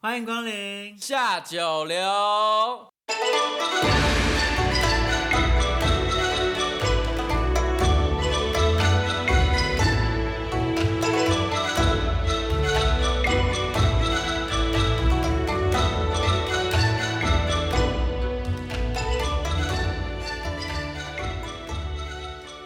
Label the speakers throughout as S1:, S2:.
S1: 欢迎光临。
S2: 下九流。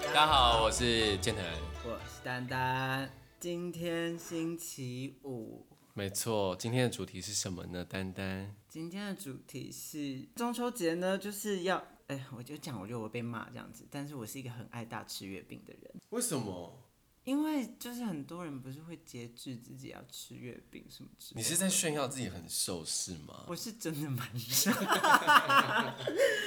S2: 大家好，我是建腾。
S1: 我是丹丹。今天星期五，
S2: 没错，今天的主题是什么呢？丹丹，
S1: 今天的主题是中秋节呢，就是要哎、我就讲，我觉得我被骂这样子，但是我是一个很爱大吃月饼的人，
S2: 为什么？
S1: 因为就是很多人不是会节制自己要吃月饼什么之类
S2: 你
S1: 的。
S2: 是在炫耀自己很瘦是吗？
S1: 我是真的蛮瘦。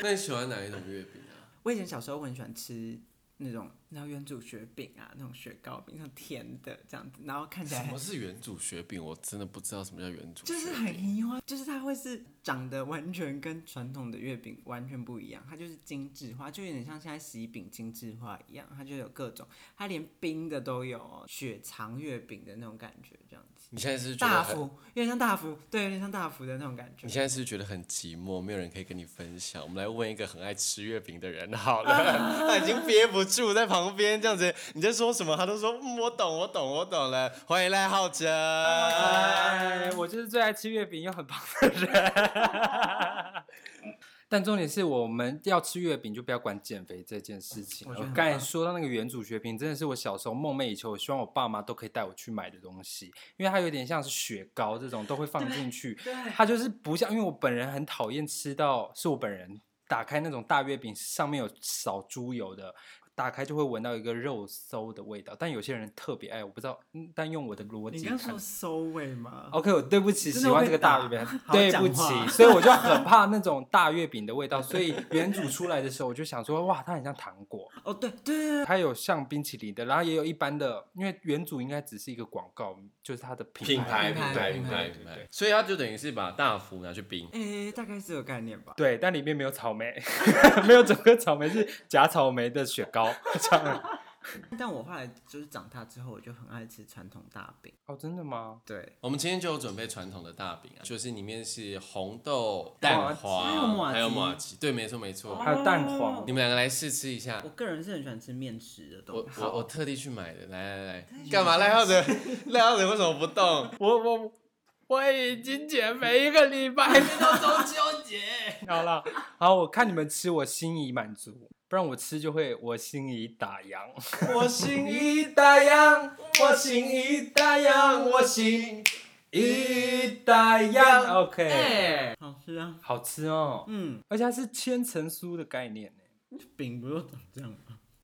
S2: 那你喜欢哪一种月饼啊？
S1: 我以前小时候我很喜欢吃那种，然后原主雪饼啊，那种雪糕饼，那种甜的这样子，然后看 起来
S2: 什
S1: 很
S2: 么是原主雪饼？我真的不知道什么叫原主雪
S1: 就
S2: 饼。
S1: 是很意外，就是它会是长得完全跟传统的月饼完全不一样，它就是精致化，就有点像现在喜饼精致化一样，它就有各种，它连冰的都有哦，雪藏月饼的那种感觉，这样子。
S2: 你现在是觉得
S1: 大
S2: 很
S1: 福有点像大福，对，有点像大福的那种感觉
S2: 你。现在是觉得很寂寞，没有人可以跟你分享。我们来问一个很爱吃月饼的人好 了，他已经憋不住在旁边这样子，你在说什么？他都说嗯，我懂，我懂，我懂了。欢迎赖 浩哲。
S3: 哎，我就是最爱吃月饼又很胖的人。 但重点是我们要吃月饼，就不要管减肥这件事情
S1: 我
S3: 了。
S1: 觉得
S3: 我
S1: 很
S3: 刚才
S1: 棒
S3: 说到那个原主雪饼，真的是我小时候梦寐以求，我希望我爸妈都可以带我去买的东西，因为它有点像是雪糕这种都会放进去。它就是不像，因为我本人很讨厌吃到，是我本人打开那种大月饼上面有少猪油的，打开就会闻到一个肉馊的味道。但有些人特别爱，我不知道，嗯但用我的逻
S1: 你
S3: 辑
S1: 刚
S3: 看。
S1: 说收尾吗？
S2: 哦
S3: OK，我对不起，
S1: 真
S3: 喜
S1: 的
S3: 欢
S1: 会
S3: 这个
S1: 打
S3: 大月饼，
S1: 好
S3: 对
S1: 讲
S3: 不
S1: 话
S3: 起，所以我就很怕那种大月饼的味道。所以原主出来的时候，我就想说，哇，它很像糖果，
S1: 哦，对对对对，
S3: 它有像冰淇淋的，然后也有一般的，因为原主应该只是一个广告，就是它的品
S1: 牌品牌品牌
S3: 品牌，
S2: 所以他就等于是把大福拿去冰。
S1: 哎、大概是有概念吧。
S3: 对，但里面没有草莓， 没有整个草莓是假草莓的雪糕这样。
S1: 但我后来就是长大之后，我就很爱吃传统大饼。
S3: 哦，真的吗？
S1: 对，
S2: 我们今天就有准备传统的大饼啊，就是里面是红豆、
S3: 麻
S2: 蛋
S3: 糬
S2: 黄，还
S1: 还
S2: 有
S1: 有
S2: 马
S1: 马
S2: 吉。对，没错没错。
S3: 还有蛋黄
S2: 你，们两个来试吃一下
S1: 我。个人是很喜欢吃面食的东
S2: 我
S1: 西。
S2: 我我特地去买的，来来来，干嘛？赖浩哲， 赖浩哲为什么不动？
S3: 我我我已经减肥一个礼拜，还没到中秋节。好了， 好，我看你们吃，我心已满足，不然我吃就会我心已打烊。
S2: 我心已打 烊，我心已打烊，我心已
S3: 打烊，OK，、
S1: 哎、好吃啊！
S3: 好吃哦，
S1: 嗯，
S3: 而且它是千层酥的概念呢，
S1: 饼不就长这样吗？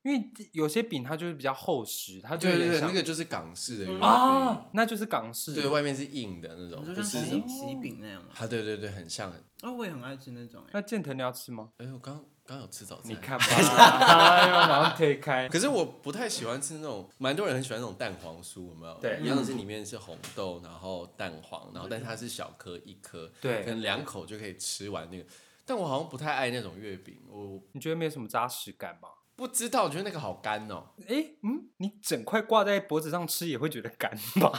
S3: 因为有些饼它就是比较厚实，它就
S2: 对
S3: 有
S2: 对
S3: 点
S2: 对，
S3: 像
S2: 那个就是港式的月饼，
S3: 啊，那就是港式
S2: 对，外面是硬的那种，
S1: 你说
S2: 不
S1: 像
S2: 是
S1: 喜
S3: 种
S1: 喜饼那样吗？
S2: 啊，对对对，很像。
S1: 哦，我也很爱吃那种哎、
S3: 那建腾你要吃吗？
S2: 哎，我刚刚有吃早餐，
S3: 你。看吧，哎呦马上推开。
S2: 可是我不太喜欢吃那种，蛮多人很喜欢那种蛋黄酥，有没有？
S3: 对
S2: 一样是里面是红豆，然后蛋黄，然后但是它是小颗一颗，可
S3: 对，
S2: 能两口就可以吃完那个。但我好像不太爱那种月饼，我
S3: 你觉得没有什么扎实感吗？
S2: 不知道，我觉得那个好干哦。
S3: 诶，嗯，你整块挂在脖子上吃也会觉得干吧？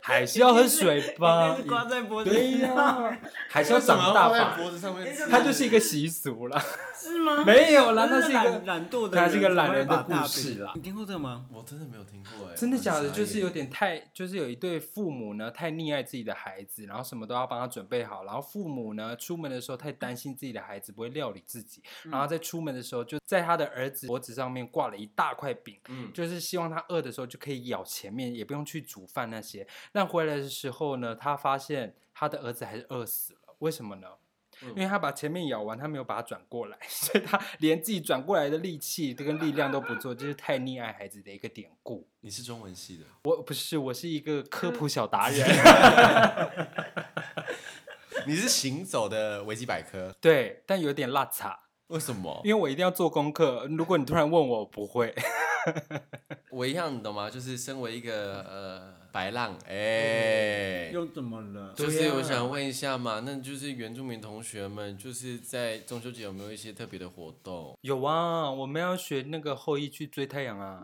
S3: 还是要喝水 吧
S1: 那？是挂在脖子
S3: 对
S1: 上
S3: 呀、还是要长大吧？
S2: 脖子上面
S1: 吃
S3: 它就是一个习俗啦，
S1: 是吗？
S3: 没有啦，那
S1: 是
S3: 是一个
S1: 懒懒惰的人，
S3: 它是一个懒人的
S1: 怎么会把大
S3: 故事
S1: 饼
S3: 啦
S1: 你听过这个吗？
S2: 我真的没有听过哎、
S3: 真的假
S2: 我
S3: 的？
S2: 很傻
S3: 就
S2: 眼
S3: 是有点太，就是有一对父母呢太溺爱自己的孩子，然后什么都要帮他准备好，然后父母呢出门的时候太担心自己的孩子不会料理自己，然后在出门的时候就在他的儿子脖子上面挂了一大块饼，
S2: 嗯
S3: 就是希望他饿的时候就可以咬前面，也不用去煮饭那些。但回来的时候呢，他发现他的儿子还是饿死了，为什么呢？
S2: 嗯
S3: 因为他把前面咬完，他没有把它转过来， 所以他连自己转过来的力气跟力量都不做，就是太溺爱孩子的一个典故。
S2: 你是中文系的，
S3: 我不是，我是一个科普小达人。
S2: 你是行走的维基百科，
S3: 对，但有点落差，
S2: 为什么？
S3: 因为我一定要做功课。如果你突然问我，我不会。
S2: 我一样，你懂吗？就是身为一个呃。白浪，哎、嗯
S1: 又怎么了？
S3: 啊
S2: 就是我想问一下嘛，那就是原住民同学们，就是在中秋节有没有一些特别的活动？
S3: 有啊，我们要学那个后羿去追太阳啊，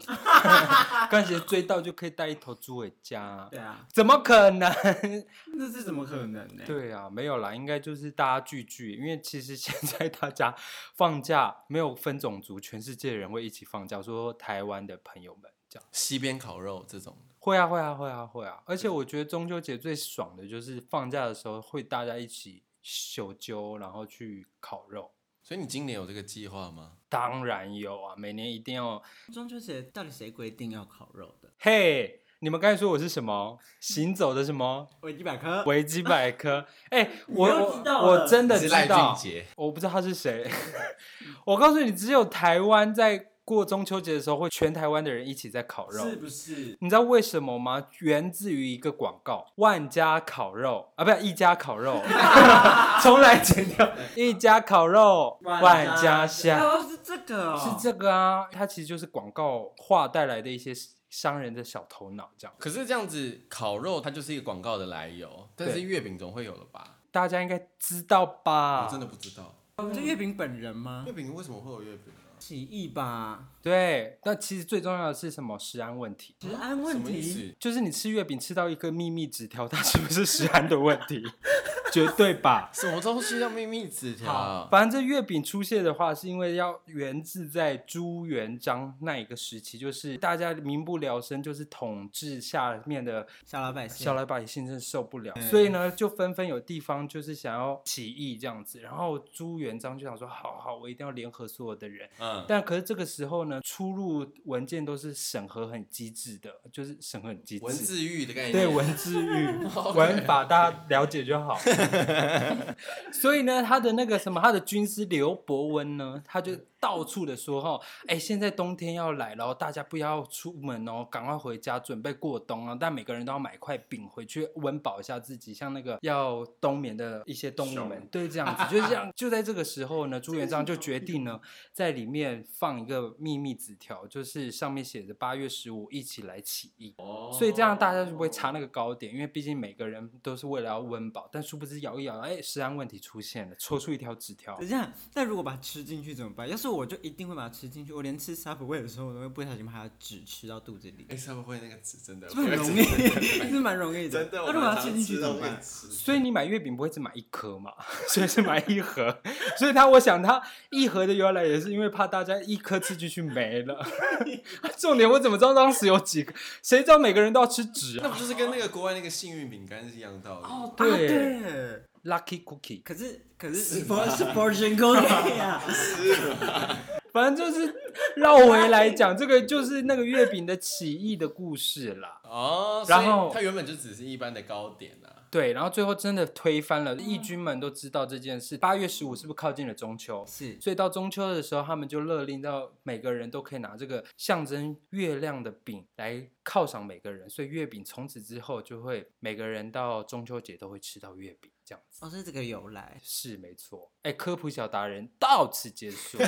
S3: 刚才追到就可以带一头猪回家，
S1: 对啊，
S3: 怎么可能？
S1: 那是怎么可能呢、
S3: 对啊，没有啦，应该就是大家聚聚，因为其实现在大家放假没有分种族，全世界人会一起放假，说台湾的朋友们这样。
S2: 西边烤肉这种，
S3: 会啊，会啊，会啊，会啊！而且我觉得中秋节最爽的就是放假的时候会大家一起小揪，然后去烤肉。
S2: 所以你今年有这个计划吗？
S3: 当然有啊，每年一定要。
S1: 中秋节到底谁规定要烤肉的？
S3: 嘿，你们刚才说我是什么？行走的什么？
S1: 维基百科，
S3: 维基百科。哎、我
S1: 你又知道
S3: 我我
S1: 了
S3: 真的
S2: 你是
S3: 知
S2: 赖
S3: 道
S2: 俊，杰，
S3: 我不知道他是谁。 我告诉你，只有台湾在过中秋节的时候，会全台湾的人一起在烤肉。
S1: 是不是？
S3: 你知道为什么吗？源自于一个广告，万家烤肉啊，不是一家烤肉，重来剪掉，一家烤肉，万家香，
S1: 哦，是这个哦，
S3: 是这个啊，它其实就是广告化带来的一些商人的小头脑，这样
S2: 可是这样子烤肉它就是一个广告的来由，但是
S3: 对
S2: 月饼总会有了吧？
S3: 大家应该知道吧？
S2: 我哦真的不知道，
S1: 这月饼本人吗
S2: 月？饼为什么会有月饼啊？
S1: 起义吧，
S3: 对，那其实最重要的是什么？食安问题。
S1: 食安
S2: 什
S1: 问
S2: 么意
S1: 题。
S2: 思？
S3: 就是你吃月饼吃到一个秘密纸条，它 是不是食安的问题？ 绝对吧。
S2: 什么东西叫秘密纸条？
S3: 反正这月饼出现的话，是因为要源自在朱元璋那一个时期，就是大家民不聊生，就是统治下面的
S1: 小老百姓，
S3: 小老百姓真的受不了，所以呢，就纷纷有地方就是想要起义这样子。然后朱元璋就想说，好好，我一定要联合所有的人。
S2: 嗯，
S3: 但可是这个时候呢，出入文件都是审核很机智的，就是审核很机
S2: 文
S3: 智。
S2: 字狱的概念。
S3: 对文 字狱、文法，大家了解就好。所以呢，他的那个什么，他的军师刘伯温呢，他就
S2: 嗯
S3: 到处的说哈，哎、现在冬天要来了哦，大家不要出门哦，赶快回家准备过冬啊！但每个人都要买块饼回去温饱一下自己，像那个要冬眠的一些动物们，对，这样子，就是这样。就在这个时候呢，朱元璋就决定呢，在里面放一个秘密纸条，就是上面写着八月十五一起来起义。所以这样大家就不会差那个高点，因为毕竟每个人都是为了要温饱，但殊不知摇一摇，哎，食安问题出现了，戳出一条纸条
S1: 等一。下，但如果把它吃进去怎么办？要是我就一定会把它吃进去，我连吃 Subway 的时候，我都会不小心把它纸吃到肚子 里，
S2: 哎，上面会那个纸真的
S1: 这很容易， 是蛮容易的。
S2: 真的。
S1: 那
S2: 我
S1: 如果
S2: 蛮
S1: 要吃
S2: 常
S1: 进去
S2: 吃
S1: 怎
S2: 到
S1: 么
S2: 会
S1: 办？
S2: 吃
S3: 所以你买月饼不会只买一颗嘛？ 所以是买一盒。 所以他，我想他一盒的由来也是因为怕大家一颗吃进去没了。 重点我怎么知道当时有几个？谁知道每个人都要吃纸
S2: 那
S3: 啊
S2: 不就是跟那个国外那个幸运饼干是一样道理？
S1: 哦，
S3: 对
S1: 啊对。
S3: ？Lucky Cookie。
S1: 可是可是是 portion cookie 啊，
S3: 反正就是绕回来讲，这个就是那个月饼的起义的故事啦。
S2: 哦，
S3: 然
S2: 所
S3: 后
S2: 以它原本就只是一般的糕点啊。
S3: 对，然后最后真的推翻了，义军们都知道这件事。八月十五是不是靠近了中秋？
S1: 是
S3: 所以到中秋的时候，他们就勒令到每个人都可以拿这个象征月亮的饼来犒赏每个人，所以月饼从此之后就会每个人到中秋节都会吃到月饼，这样子
S1: 哦，是这个由 来。
S3: 是没错。哎，科普小达人到此结束。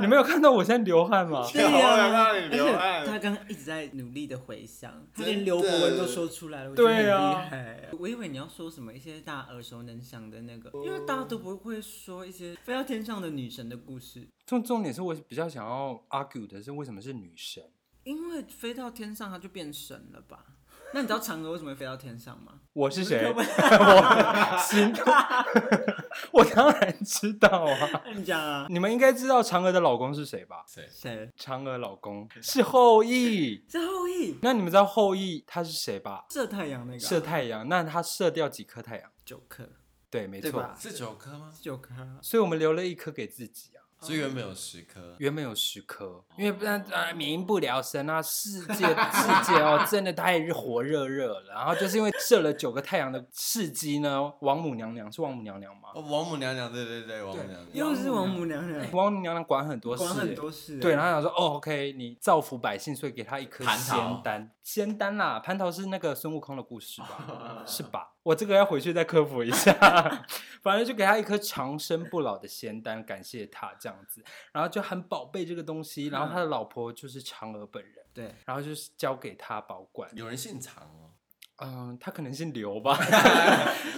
S3: 你没有看到我现在流汗吗？
S1: 对
S2: 好
S1: 呀、
S2: 害怕
S1: 而
S2: 你流汗
S1: 且他刚刚一直在努力的回想，他连
S2: 真的
S1: 刘伯温都说出来了，我觉得很
S3: 对啊
S1: 厉害。我以为你要说什么一些大家耳熟能详的那个，因为大家都不会说一些飞到天上的女神的故事，
S3: 重重点是我比较想要 argue 的是为什么是女神？
S1: 因为飞到天上她就变神了吧？那你知道嫦娥为什么会飞到天上吗？
S3: 我是 谁？我心动，我当然知道啊！
S1: 那你讲啊，
S3: 你们应该知道嫦娥的老公是谁吧？
S2: 谁？
S1: 谁？
S3: 嫦娥老公是后羿。
S1: 是后羿
S3: 那你们知道后羿他是谁吧？
S1: 射太阳那个啊、
S3: 射太阳，那他射掉几颗太阳？
S1: 九颗，
S3: 对，没
S1: 对
S3: 错
S1: 吧。
S2: 是九颗吗？
S1: 九颗啊。
S3: 所以我们留了一颗给自己啊。
S2: 所以原本有十颗。
S3: 原本有十
S1: 哦
S3: 颗，因为不然啊民不聊生啊，世界 世界哦，真的太火热热了。然后就是因为射了九个太阳的事迹呢，王母娘娘是王母娘娘吗？
S2: 哦，王母娘娘，对对对，王母娘娘。
S1: 又是王母娘娘，
S3: 王母娘娘管很多事，
S1: 管很多事欸。
S3: 对，然后想说，哦，OK，你造福百姓，所以给他一颗
S2: 蟠
S3: 仙
S2: 桃
S3: 丹。仙丹啦，蟠桃是那个孙悟空的故 事吧？是吧？我这个要 回去再科普一下。反正就给他一颗长生不老的仙丹，感谢他这这样子，然后就很宝贝这个东西，然后他的老婆就是嫦娥本人，
S1: 对，
S3: 然后就是交给他保管。
S2: 有人姓常哦，
S3: 嗯，他可能姓刘吧？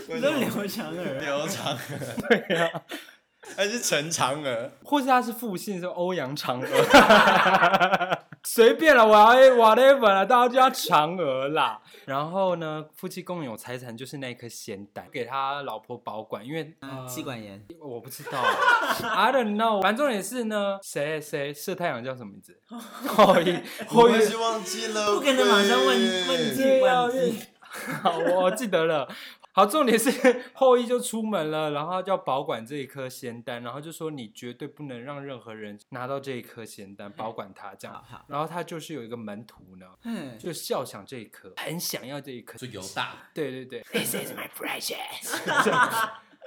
S1: 你说刘强儿啊，
S2: 刘嫦娥，对呀、 还是陈嫦娥？
S3: 或是他是复姓是欧阳嫦娥， 随便了，我要哎 whatever 了，大家就叫嫦娥啦。然后呢，夫妻共有财产就是那一颗仙丹，给他老婆保管，因为、
S1: 啊
S3: 呃、
S1: 妻管严，
S3: 我不知道，I don't know。反正重点是呢，谁谁射太阳叫什么名字？ 后羿，后羿
S2: 我也是忘记了，
S1: 不可能马上问问
S2: 题。
S1: 这
S3: 对啊
S1: 万字，
S3: 好，我记得了。好，重点是后羿就出门了，然后就要保管这一颗仙丹，然后就说你绝对不能让任何人拿到这一颗仙丹，保管它这
S1: 好
S3: 样。
S1: 好，
S3: 然后他就是有一个门徒呢，
S1: 嗯，
S3: 就笑想这一颗，很想要这一颗，
S2: 就犹大，
S3: 对对对，This is my precious 。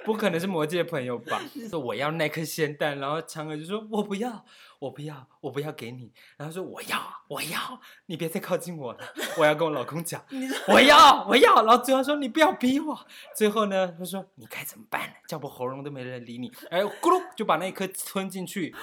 S3: 不可能是魔界朋友吧？说我要那颗仙蛋，然后嫦娥就说：“我不要，我不要，我不要给你。”然后说：“我要，我要，你别再靠近我了，我要跟我老公 讲，我要，我要。”然后最后说：“你不要逼我。”最后呢，他说：“你该怎么办呢？叫我喉咙都没人理你。”哎，咕噜就把那一颗吞进去。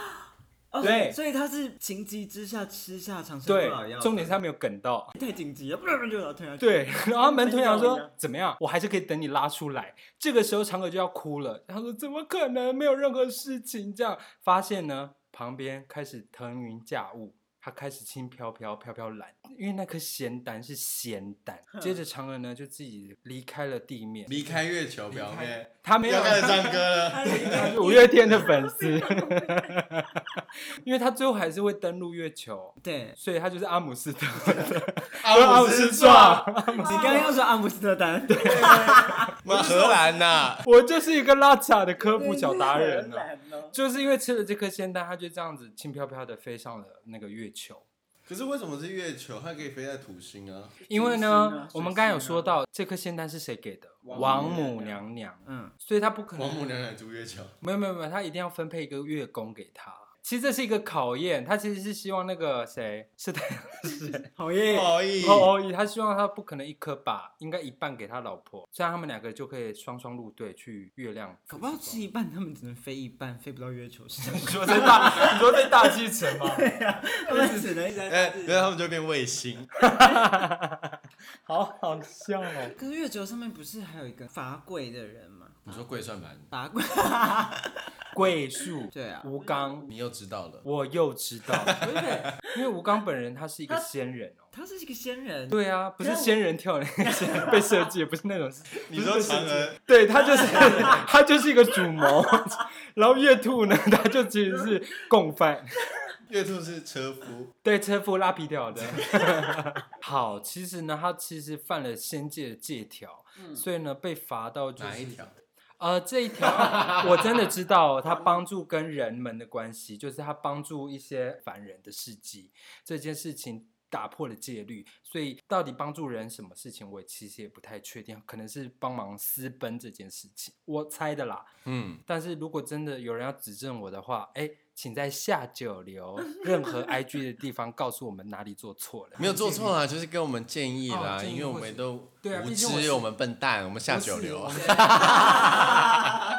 S1: 哦
S3: 对
S1: 所以他是情急之下吃下长生不
S3: 对
S1: 老药，，
S3: 重点是他没有哽到。
S1: 太紧急了，不然就老推下去。
S3: 对，然后门徒想
S1: 一样
S3: 说怎么样，我还是可以等你拉出来。这个时候嫦娥就要哭了，她说怎么可能，没有任何事情这样。发现呢，旁边开始腾云驾雾，她开始轻飘飘飘飘然，因为那颗仙丹是仙丹。接着嫦娥呢就自己离开了地面，
S2: 离开月球表面，
S3: 她没有
S2: 要开始唱歌
S1: 哎
S2: 了。
S3: 他是五月天的粉丝，因为她最后还是会登陆月球，
S1: 对，
S3: 所以她就是阿姆斯特，
S2: 阿姆斯壮，
S1: 你刚刚要说阿姆斯特丹，对，
S2: 妈荷兰 呐，
S3: 我就是一个拉扯的科普小达人啊 呢、
S1: 哦。
S3: 就是因为吃了这颗仙丹，它就这样子轻飘飘的飞上了那个月球。
S2: 可是为什么是月球？它可以飞在土星啊？
S3: 因为
S1: 水星
S3: 呢
S1: 啊，
S3: 我们刚才有说到这颗仙丹是谁给的？王母娘娘，
S1: 嗯，
S3: 所以她不可
S2: 王母
S3: 能，
S2: 娘娘住月球，
S3: 没有没有没有，她一定要分配一个月宫给她。其实这是一个考验，她其实是希望那个谁是 太阳神
S1: 好耶，
S2: 可以
S3: 后欧哦一，她希望她不可能一颗吧，应该一半给她老婆，这样他们两个就可以双双入队去月亮。
S1: 搞不好吃一半，他们只能飞一半，飞不到月球 上，
S3: 你 说在大，你说在大气层吗？
S1: 他们只能一直
S3: 呃
S2: 哎，
S1: 在。
S2: 然后他们就变卫星。
S3: 好好笑哦。
S1: 可是月球上面不是还有一个罚跪的人吗？
S2: 你说贵算盘，
S1: 罚跪，
S3: 桂树，
S1: 对啊
S3: 吴刚，
S2: 你又知道了。
S3: 我又知道了，
S1: 对不对？
S3: 因为吴刚本人他是一个仙人哦。
S1: 他是一个仙人，
S3: 对啊，不是仙人跳的 那些被设计，不是那种，
S2: 你说嫦娥，
S3: 对他就是 他就是一个主谋， 然后月兔呢，他就其实是共犯，
S2: 月兔是车夫，
S3: 对车夫拉皮条的。 好，其实呢，他其实犯了仙界的戒条，
S1: 嗯
S3: 所以呢被罚到就是
S2: 哪一条？
S3: 呃，这一条我真的知道，他帮助跟人们的关系，就是他帮助一些凡人的事迹，这件事情打破了戒律，所以到底帮助人什么事情，我其实也不太确定，可能是帮忙私奔这件事情，我猜的啦。
S2: 嗯，
S3: 但是如果真的有人要指正我的话，哎，请在下九流任何 IG 的地方告诉我们哪里做错了。
S2: 没有做错啊，就是给我们建议啦，
S3: 哦建议
S2: 因为我们都
S3: 对啊
S2: 无
S3: 毕竟我
S2: 知，
S3: 是
S2: 我们笨蛋，我们下九流。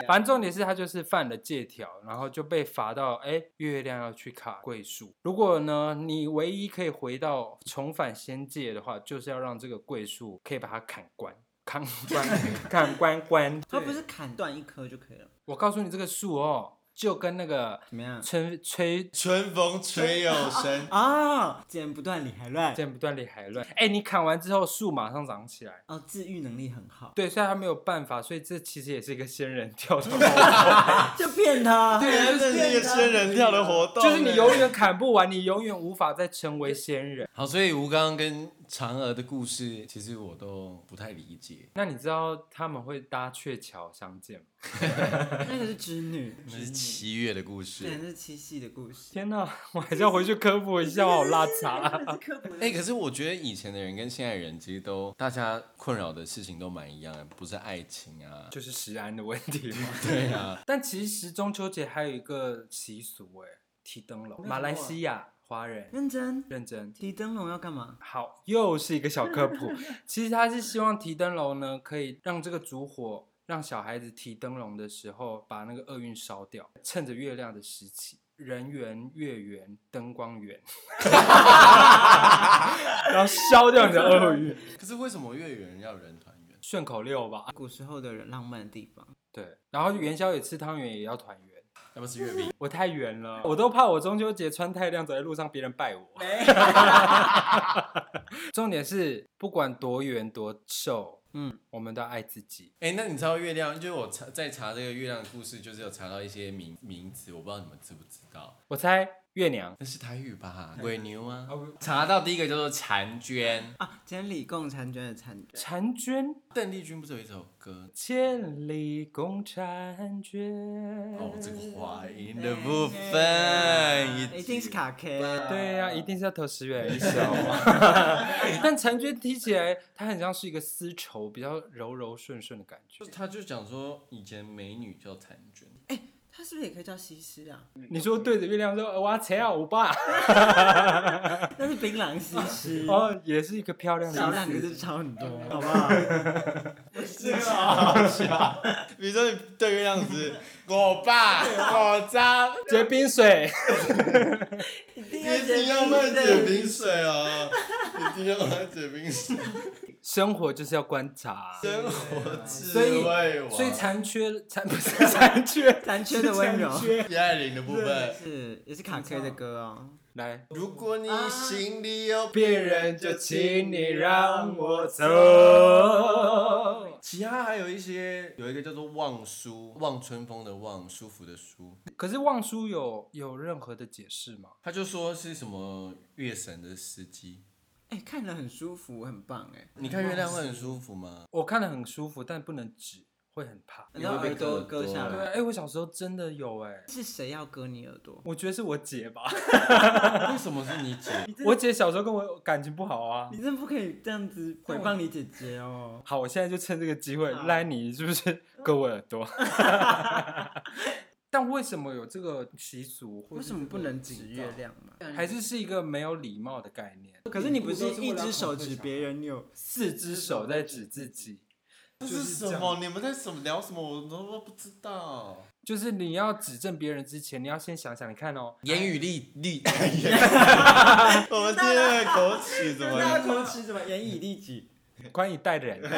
S3: 反正重点是他就是犯了戒条，然后就被罚到哎，月亮要去卡桂树。如果呢，你唯一可以回到重返仙界的话，就是要让这个桂树可以把它砍关。砍 关，砍关关。
S1: 他不是砍断一棵就可以了，
S3: 我告诉你，这个树哦，就跟那个
S1: 怎么样？
S3: 春吹
S2: 春风吹又生，
S1: 啊，剪不断理还乱，
S3: 剪不断理还乱。哎，你砍完之后，树马上长起来。
S1: 哦，自愈能力很好，
S3: 对，所以他没有办法，所以这其实也是一个仙人 跳的
S1: 就骗他，
S2: 这是一个仙人跳的活动，
S3: 就是你永远砍不完，你永远无法再成为仙人。
S2: 好。所以吴刚跟嫦娥的故事，其实我都不太理解。
S3: 那你知道他们会搭鹊桥相见吗？
S1: 那个是织女，
S2: 那是七月的故事
S1: 对，。那是七夕的故事。
S3: 天哪，我还是要回去科普一下，我好拉啊碴。
S2: 哎、可是我觉得以前的人跟现在人其实都大家困扰的事情都蛮一样的，不是爱情啊，
S3: 就是食安的问题嘛。
S2: 对啊，
S3: 但其实中秋节还有一个习俗，哎，提灯笼，
S1: 没有
S3: 马来西亚华人
S1: 认真，
S3: 认真。
S1: 提灯笼要干嘛？
S3: 好，又是一个小科普。其实他是希望提灯笼呢，可以让这个烛火。让小孩子提灯笼的时候把那个厄运烧掉，趁着月亮的时期。人圆、月圆、灯光圆， 然后消掉你的厄运，
S2: 可是为什么月圆要人团圆？
S3: 顺口溜吧。
S1: 古时候的人浪漫的地方，
S3: 对，然后元宵也吃汤圆，也要团圆。
S2: 要不是月饼？
S3: 我太圆了，我都怕我中秋节穿太亮，走在路上别人拜我。 重点是，不管多圆多瘦，嗯
S1: 嗯，
S3: 我们都要爱自己。
S2: 哎、那你知道月亮？就是我查在查这个月亮的故事，就是有查到一些名名词，我不知道你们知不知道。
S3: 我猜月娘，
S2: 那是台语吧？鬼牛啊！查到第一个叫做婵娟，
S1: 啊，今天李共婵娟的婵娟，
S3: 婵娟，
S2: 邓丽君不是有一首歌？
S3: 千里共婵娟。
S2: 哦，这个滑音的部分已经
S1: 哎一定是卡 K，
S3: 对呀、一定是要投十元一首。但婵娟听起来，她很像是一个丝绸，比较柔柔顺顺的感觉
S2: 就。他就讲说，以前美女叫婵娟，
S1: 她是不是也可以叫西施啊？
S3: 你说对着月亮说“哇切啊，欧巴
S1: 那是槟榔西”，施，
S3: 哦，也是一个漂亮的
S1: 少
S3: 意
S1: 两
S3: 思
S1: 个。字差很多，好不 好？啊
S2: 比如说你对月亮是我爸、我渣，
S3: 结冰水，
S1: 一定
S2: 你一定要卖解冰水哦，你一定要卖解冰水，
S3: 生活就是要观察，
S2: 生活智
S3: 所以
S2: 慧王，
S3: 所以残缺残不是残 缺，
S1: 残缺的温柔
S3: 残缺
S2: 叶爱玲的部分。
S1: 是也是卡 K 的歌哦。
S3: 来，
S2: 如果你心里有
S3: 别人就请你让我走。
S2: 其他还有一些，有一个叫做望舒，望春风的望，舒服的舒。
S3: 可是望舒有有任何的解释吗？
S2: 他就说是什么月神的司机。
S1: 哎、看了很舒服，很棒哎。
S2: 你看月亮会很舒服吗？
S3: 我看了很舒服，但不能指，会很怕。
S2: 你
S1: 然后
S2: 会被
S1: 耳朵
S2: 割
S1: 割下
S2: 多
S3: 对，
S1: 来，
S3: 哎、我小时候真的有哎、
S1: 是谁要割你耳朵？
S3: 我觉得是我姐吧，
S2: 为什么是你姐？
S3: 我姐小时候跟我感情不好啊。
S1: 你真不可以这样子诽谤你姐姐哦。
S3: 好，我现在就趁这个机会拉你，是不 是割我耳朵？但为什么有这个习俗？或
S1: 为
S3: 是
S1: 什么不
S3: 这个
S1: 能指
S3: 警
S1: 月
S3: 告？
S1: 亮嘛？
S3: 还是是一个没有礼貌的概念？
S1: 可是你不是一只手指别人，你有
S3: 四只手在指自己，
S2: 这是什么？你们在什么聊什么？我都不知道。
S3: 就是你要指正别人之前，你要先想想，你看 哦，
S2: 言语力 力，我们今天的口齿 怎么
S1: 那口齿怎么严以律己？
S3: 关于待人，
S2: 的？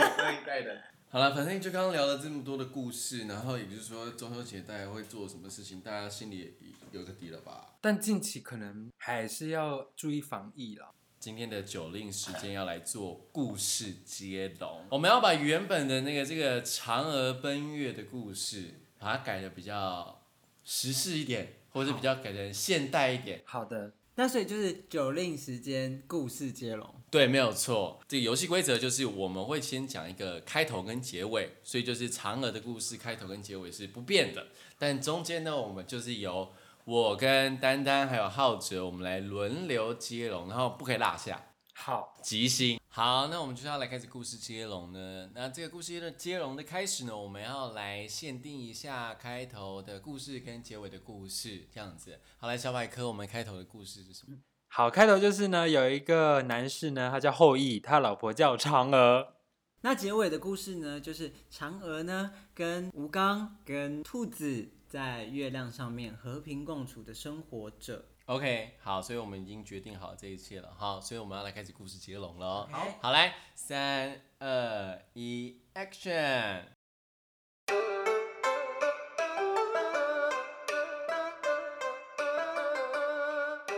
S2: 好了，反正就刚刚聊了这么多的故事，然后也就是说中秋节大家会做什么事情，大家心里也有个底了吧？
S3: 但近期可能还是要注意防疫啦。
S2: 今天的酒令时间要来做故事接龙，我们要把原本的那个这个嫦娥奔月的故事，把它改的比较时事一点，或者比较改成现代一点。
S3: 好的，
S1: 那所以就是酒令时间故事接龙，
S2: 对，没有错。这个游戏规则就是我们会先讲一个开头跟结尾，所以就是嫦娥的故事开头跟结尾是不变的，但中间呢，我们就是由我跟丹丹还有浩哲，我们来轮流接龙，然后不可以落下。
S3: 好，
S2: 吉星。好，那我们就是要来开始故事接龙呢。那这个故事的接龙的开始呢，我们要来限定一下开头的故事跟结尾的故事，这样子。好，来小百科，我们开头的故事是什么？
S3: 好，开头就是呢，有一个男士呢，他叫后羿，他老婆叫嫦娥，
S1: 那结尾的故事呢，就是嫦娥呢跟吴刚跟兔子在月亮上面和平共处的生活着。
S2: OK，好，所以我们已经决定好这一切了哈，所以我们要来开始故事接龙了哦。
S1: 好
S2: 好，来，三二一，Action！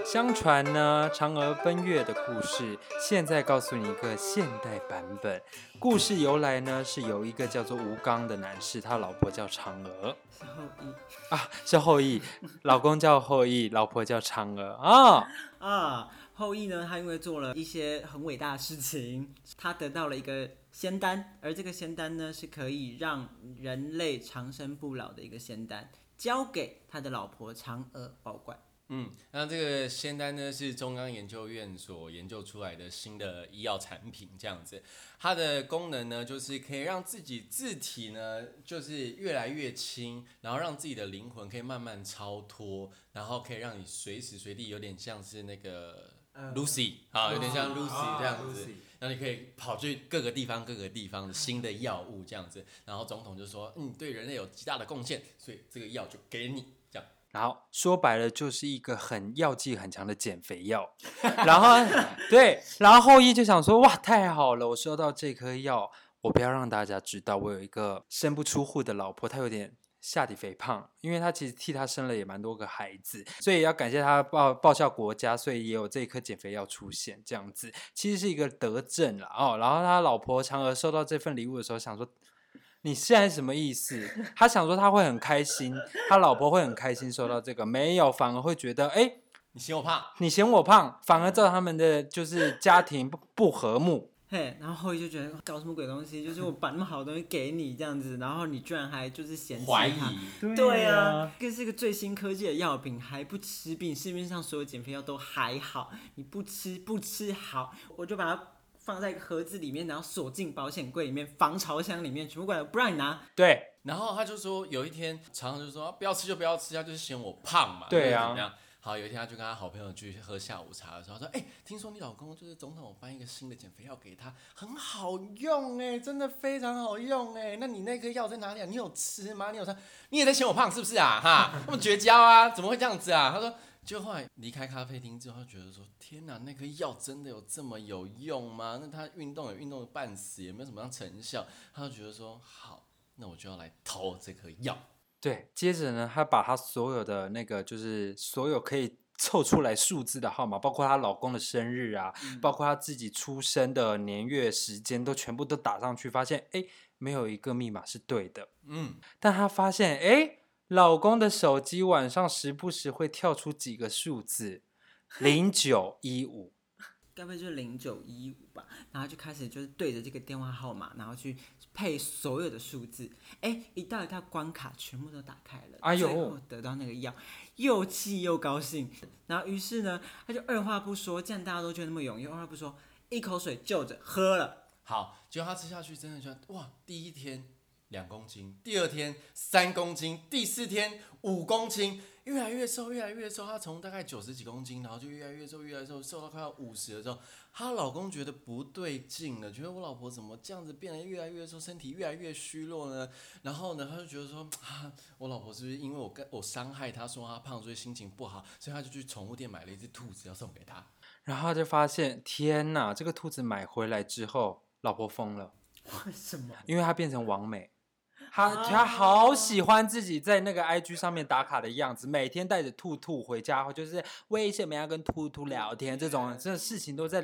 S3: 相传呢，嫦娥奔月的故事，现在告诉你一个现代版本。故事由来呢，是由一个叫做吴刚的男士，他老婆叫嫦娥
S1: 然后一
S3: 啊，是后羿，老公叫后羿，老婆叫嫦娥啊、
S1: 啊，后羿呢，他因为做了一些很伟大的事情，他得到了一个仙丹，而这个仙丹呢是可以让人类长生不老的一个仙丹，交给他的老婆嫦娥保管。
S2: 嗯，那这个仙丹呢是中央研究院所研究出来的新的医药产品，这样子，它的功能呢就是可以让自己字体呢就是越来越轻，然后让自己的灵魂可以慢慢超脱，然后可以让你随时随地有点像是那个 Lucy 啊，有点像 Lucy
S3: 啊
S2: 这样子
S3: Lucy。
S2: 然后你可以跑去各个地方、各个地方的新的药物这样子。然后总统就说：“嗯，对人类有极大的贡献，所以这个药就给你。”这样，
S3: 然后说白了就是一个很药剂很强的减肥药，然后对，然后后羿就想说哇太好了，我收到这颗药，我不要让大家知道我有一个生不出户的老婆，她有点下体肥胖，因为她其实替她生了也蛮多个孩子，所以要感谢她报报效国家，所以也有这一颗减肥药出现这样子，其实是一个德政啦哦。然后他老婆嫦娥收到这份礼物的时候，想说你现在什么意思？他想说他会很开心，他老婆会很开心收到这个，没有，反而会觉得，哎、
S2: 你嫌我胖？
S3: 你嫌我胖，反而造成他们的就是家庭不不和睦。
S1: 嘿，然后后羿就觉得搞什么鬼东西， 就是我把那么好的东西给你这样子，然后你居然还就是嫌弃
S2: 怀疑
S1: 它。对啊，，这是个最新科技的药品，还不吃，比市面上所有减肥药都还好。你不吃不吃好，我就把它放在盒子里面，然后锁进保险柜里面、防潮箱里面，全部过来，不让你拿。
S3: 对，
S2: 然后他就说，有一天常常就说、啊不要吃就不要吃，他就是嫌我胖嘛，
S3: 对啊
S2: 就是怎么样？好，有一天他就跟他好朋友去喝下午茶的时候，他说：“哎、听说你老公就是总统颁一个新的减肥药给他，很好用哎、真的非常好用哎、那你那颗药在哪里啊？你有吃吗？你有吃？你也在嫌我胖是不是 啊？哈，那么绝交啊？怎么会这样子啊？”他说。就后来离开咖啡厅之后，他觉得说：“天哪，那颗药真的有这么有用吗？那他运动也运动的半死，也没有什么样成效。”他就觉得说：“好，那我就要来偷这颗药。
S3: 对，接着呢，她把她所有的那个，就是所有可以凑出来数字的号码，包括她老公的生日啊，包括她自己出生的年月时间，都全部都打上去，发现哎，没有一个密码是对的。
S2: 嗯，
S3: 但她发现哎，老公的手机晚上时不时会跳出几个数字，零九一五。
S1: 该不会就是零九一五吧？然后就开始就是对着这个电话号码，然后去配所有的数字。哎，一道一道关卡全部都打开了，
S3: 哎呦
S1: 最后得到那个药，又气又高兴。然后于是呢，他就二话不说，既然大家都觉得那么有用，二话不说，一口水就着喝了。
S2: 好，结果他吃下去真的就哇，第一天两公斤，第二天三公斤，第四天五公斤，越来越瘦，越来越瘦。她从大概九十几公斤，然后就越来越瘦，越来越瘦，瘦到快要五十的时候，她老公觉得不对劲了，觉得我老婆怎么这样子变得越来越瘦，身体越来越虚弱呢？然后呢，他就觉得说啊，我老婆是不是因为我跟我伤害她，说她胖，所以心情不好，所以他就去宠物店买了一只兔子要送给她。
S3: 然后她就发现，天哪！这个兔子买回来之后，老婆疯了。
S1: 为什么？
S3: 因为她变成王美，她她好喜欢自己在那个 IG 上面打卡的样子，每天带着兔兔回家，就是为什么要跟兔兔聊天这种这事情都在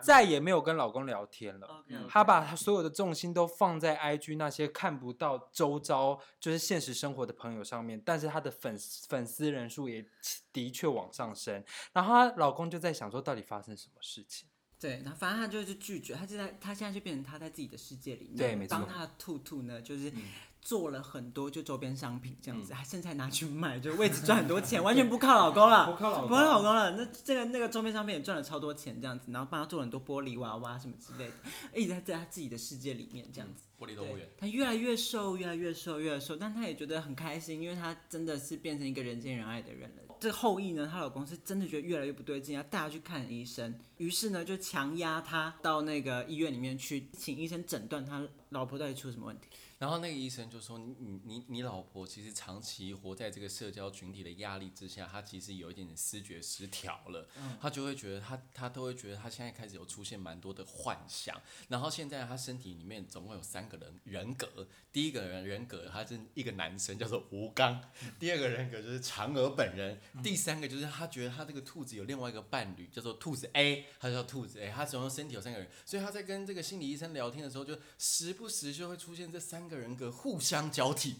S3: 再也没有跟老公聊天了。
S1: 嗯
S3: 她把她所有的重心都放在 IG 那些看不到周遭就是现实生活的朋友上面，但是她的粉丝粉丝人数也的确往上升。然后她老公就在想说，到底发生什么事情？
S1: 对，然后反正他就是拒绝，他现在他现在就变成他在自己的世界里面，
S3: 对没错
S1: 帮他的兔兔呢，就是做了很多就周边商品这样子，还甚至还拿去卖，就为此赚很多钱，完全不靠老公了， 不靠老公，不靠老公了。那这个那个周边商品也赚了超多钱这样子，然后帮他做了很多玻璃娃娃什么之类的，一直在在他自己的世界里面这样子。
S2: 玻璃动物园
S1: 对，。他越来越瘦，越来越瘦，越来越瘦，但他也觉得很开心，因为他真的是变成一个人见人爱的人了。这后羿呢，她老公是真的觉得越来越不对劲，要带她去看医生，于是呢就强压她到那个医院里面去，请医生诊断她老婆到底出什么问题。
S2: 然后那个医生就说：“你你你你老婆其实长期活在这个社交群体的压力之下，她其实有一点点失觉失调了。她就会觉得她她都会觉得她现在开始有出现蛮多的幻想。然后现在她身体里面总共有三个人人格，第一个人人格他是一个男生叫做吴刚，第二个人格就是嫦娥本人，第三个就是她觉得她这个兔子有另外一个伴侣叫做兔子 A，她叫兔子 A，她总共身体有三个人，所以她在跟这个心理医生聊天的时候，就时不时就会出现这三个人格互相交替。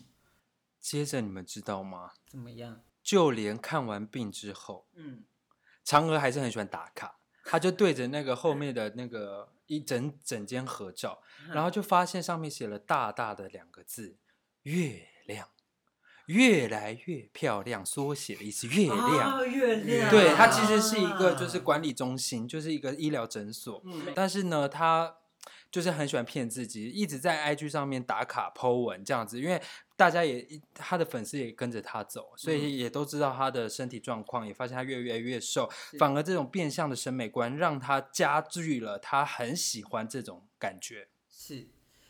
S3: 接着你们知道吗？
S1: 怎么样？
S3: 就连看完病之后，
S1: 嗯，
S3: 嫦娥还是很喜欢打卡，她就对着那个后面的那个一整整间合照，然后就发现上面写了大大的两个字“月亮”，越来越漂亮，缩写的意思“月亮”
S1: 啊月亮，嗯
S3: 对，它
S1: 啊
S3: 其实是一个就是管理中心，就是一个医疗诊所，但是呢，它就是很喜欢骗自己，一直在 IG 上面打卡 Po 文这样子，因为大家也他的粉丝也跟着他走，所以也都知道他的身体状况，也发现他越越来越瘦，反而这种变相的审美观让他加剧了他很喜欢这种感觉。
S1: 是，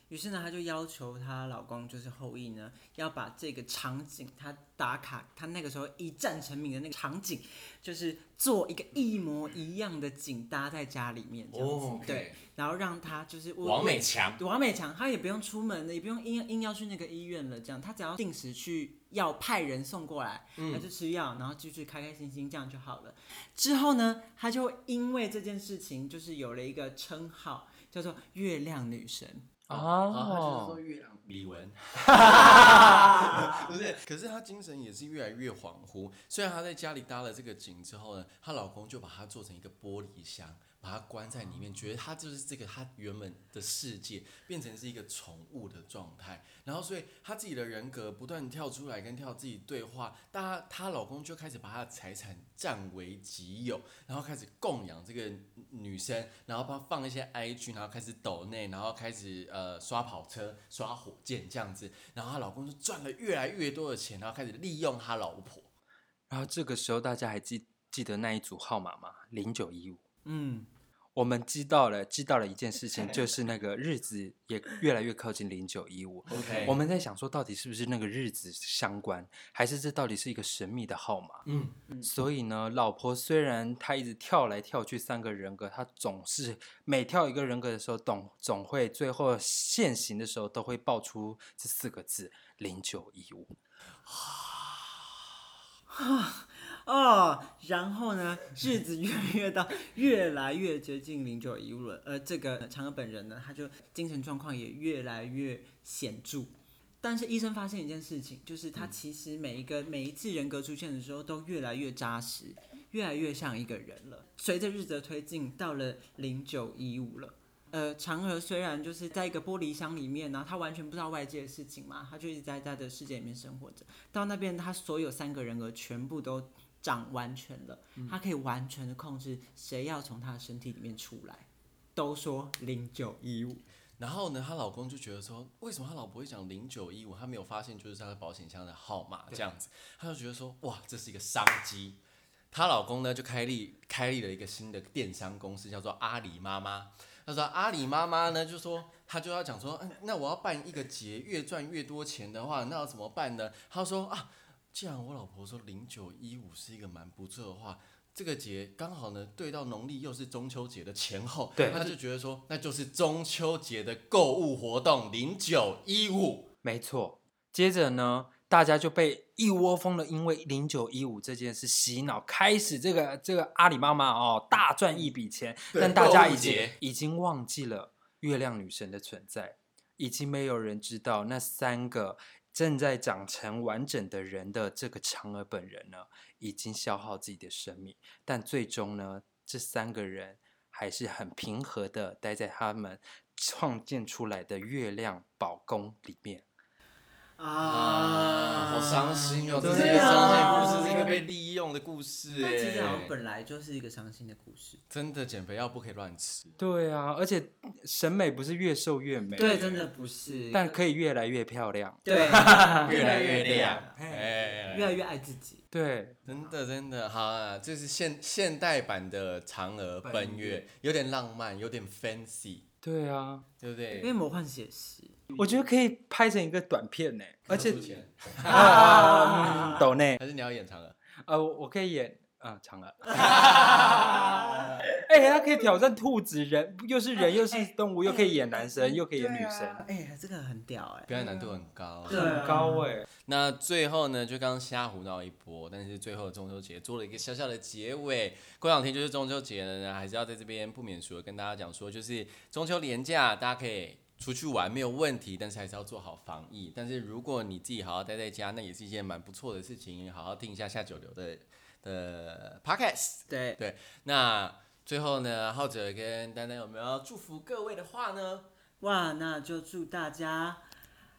S1: 于是呢，她就要求她老公就是后羿呢，要把这个场景，她打卡，她那个时候一战成名的那个场景，就是做一个一模一样的景搭在家里面这样子，
S2: 哦，OK
S1: 对，然后让她就是我
S2: 王美强，
S1: 王美强，她也不用出门了，也不用硬硬要去那个医院了，这样，她只要定时去药派人送过来，她就吃药，然后继续开开心心这样就好了。之后呢，她就因为这件事情，就是有了一个称号，叫做月亮女神。
S3: 哦，
S2: 月亮李玟， 不是，可是她精神也是越来越恍惚。虽然她在家里搭了这个景之后呢，她老公就把她做成一个玻璃箱，把她关在里面，觉得她就是这个她原本的世界变成是一个宠物的状态。然后，所以她自己的人格不断跳出来跟跳自己对话，大家她老公就开始把她的财产占为己有，然后开始供养这个女生，然后帮她放一些 IG，然后开始抖内，然后开始呃刷跑车、刷火箭这样子，然后她老公就赚了越来越多的钱，然后开始利用他老婆。
S3: 然后这个时候大家还记记得那一组号码吗？零九一五。
S1: 嗯，
S3: 我们知道了，知道了一件事情，就是那个日子也越来越靠近零九一五。
S2: OK，
S3: 我们在想说，到底是不是那个日子相关，还是这到底是一个神秘的号码？
S2: 嗯，
S3: 所以呢，老婆虽然她一直跳来跳去三个人格，她总是每跳一个人格的时候，总总会最后现行的时候都会爆出这四个字“零九一五
S1: 哦，然后呢，日子越来越到越来越接近零九一五了。呃，这个嫦娥本人呢，他就精神状况也越来越显著。但是医生发现一件事情，就是他其实每一个每一次人格出现的时候，都越来越扎实，越来越像一个人了。随着日子的推进，到了零九一五了。呃，嫦娥虽然就是在一个玻璃箱里面呢，然后她完全不知道外界的事情嘛，她就一直在她的世界里面生活着。到那边，她所有三个人格全部都长完全了，她可以完全的控制谁要从她的身体里面出来。都说零九一五，
S2: 然后呢，她老公就觉得说，为什么她老婆会讲零九一五？她没有发现就是她的保险箱的号码这样子，她就觉得说，哇，这是一个商机。她老公呢就开立开立了一个新的电商公司，叫做阿里妈妈。她说阿里妈妈呢就说，她就要讲说，嗯，那我要办一个节，越赚越多钱的话，那要怎么办呢？她说啊，既然我老婆说零九一五是一个蛮不错的话。这个节刚好呢，对到农历又是中秋节的前后，
S3: 对
S2: 他就觉得说那就是中秋节的购物活动零九一五，”。
S3: 没错。接着呢，大家就被一窝蜂的因为零九一五这件事洗脑，开始这个这个阿里妈妈哦大赚一笔钱，
S2: 对
S3: 但大家
S2: 购物
S3: 已经
S2: 节
S3: 已经忘记了月亮女神的存在，已经没有人知道那三个正在长成完整的人的这个嫦娥本人呢，已经消耗自己的生命，但最终呢，这三个人还是很平和的待在他们创建出来的月亮宝宫里面。
S2: 啊，好伤心哦！这是一
S1: 对
S2: 个
S1: 啊
S2: 伤心故事，是一个被利用的故事。
S1: 但其实好
S2: 哎
S1: 像本来就是一个伤心的故事。
S2: 真的减肥药不可以乱吃。
S3: 对啊，而且审美不是越瘦越美，
S1: 对，真的不是，
S3: 但可以越来越漂亮。
S1: 对，
S2: 越来越亮
S1: 亮，
S2: 哎
S1: 越来越爱自己。
S3: 对，
S2: 真的真的好啊！这是现现代版的嫦娥奔月，有点浪漫，有点 fancy，
S3: 对啊，
S2: 对不
S1: 因为
S2: 对？
S1: 魔幻写实，
S3: 我觉得可以拍成一个短片呢，而且
S2: 要出钱
S3: 啊，抖内，
S2: 还是你要演嫦娥？
S3: 呃，我我可以演啊，嫦娥。 哎、他可以挑战兔子人，又是人又是动物，又可以演男神，又可以演女神，
S1: 哎、这个很屌哎、
S2: 表演难度很高。
S1: 对啊
S3: 很高哎、
S2: 那最后呢，就刚刚瞎胡闹一波，但是最后中秋节做了一个小小的结尾。过两天就是中秋节了呢，还是要在这边不免俗的跟大家讲说，就是中秋连假，大家可以。出去玩没有问题，但是还是要做好防疫。但是如果你自己好好待在家，那也是一件蛮不错的事情。好好听一下下九流的的 podcast。
S1: 对，
S2: 那最后呢，浩哲跟丹丹有没有要祝福各位的话呢？
S1: 哇，那就祝大家，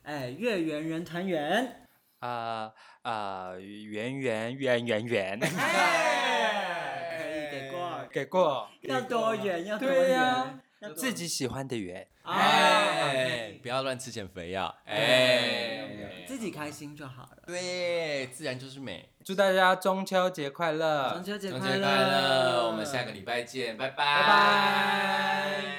S1: 哎、月圆人团圆。
S3: 啊啊，圆圆圆圆圆，
S1: 可以给过，
S2: 哎
S3: 给过。
S1: 要多远？要多
S3: 对呀
S1: 远？要哦
S3: 自己喜欢的圆。
S2: 哎
S1: 哎，，
S2: 不要乱吃减肥药，
S1: 哎
S2: 哎，，
S1: 自己开心就好了。
S2: 对，自然就是美。
S3: 祝大家中秋节快乐！
S1: 中秋节
S2: 中秋
S1: 快
S2: 节
S1: 乐！
S2: 快乐，我们下个礼拜见，拜拜，
S1: 拜拜。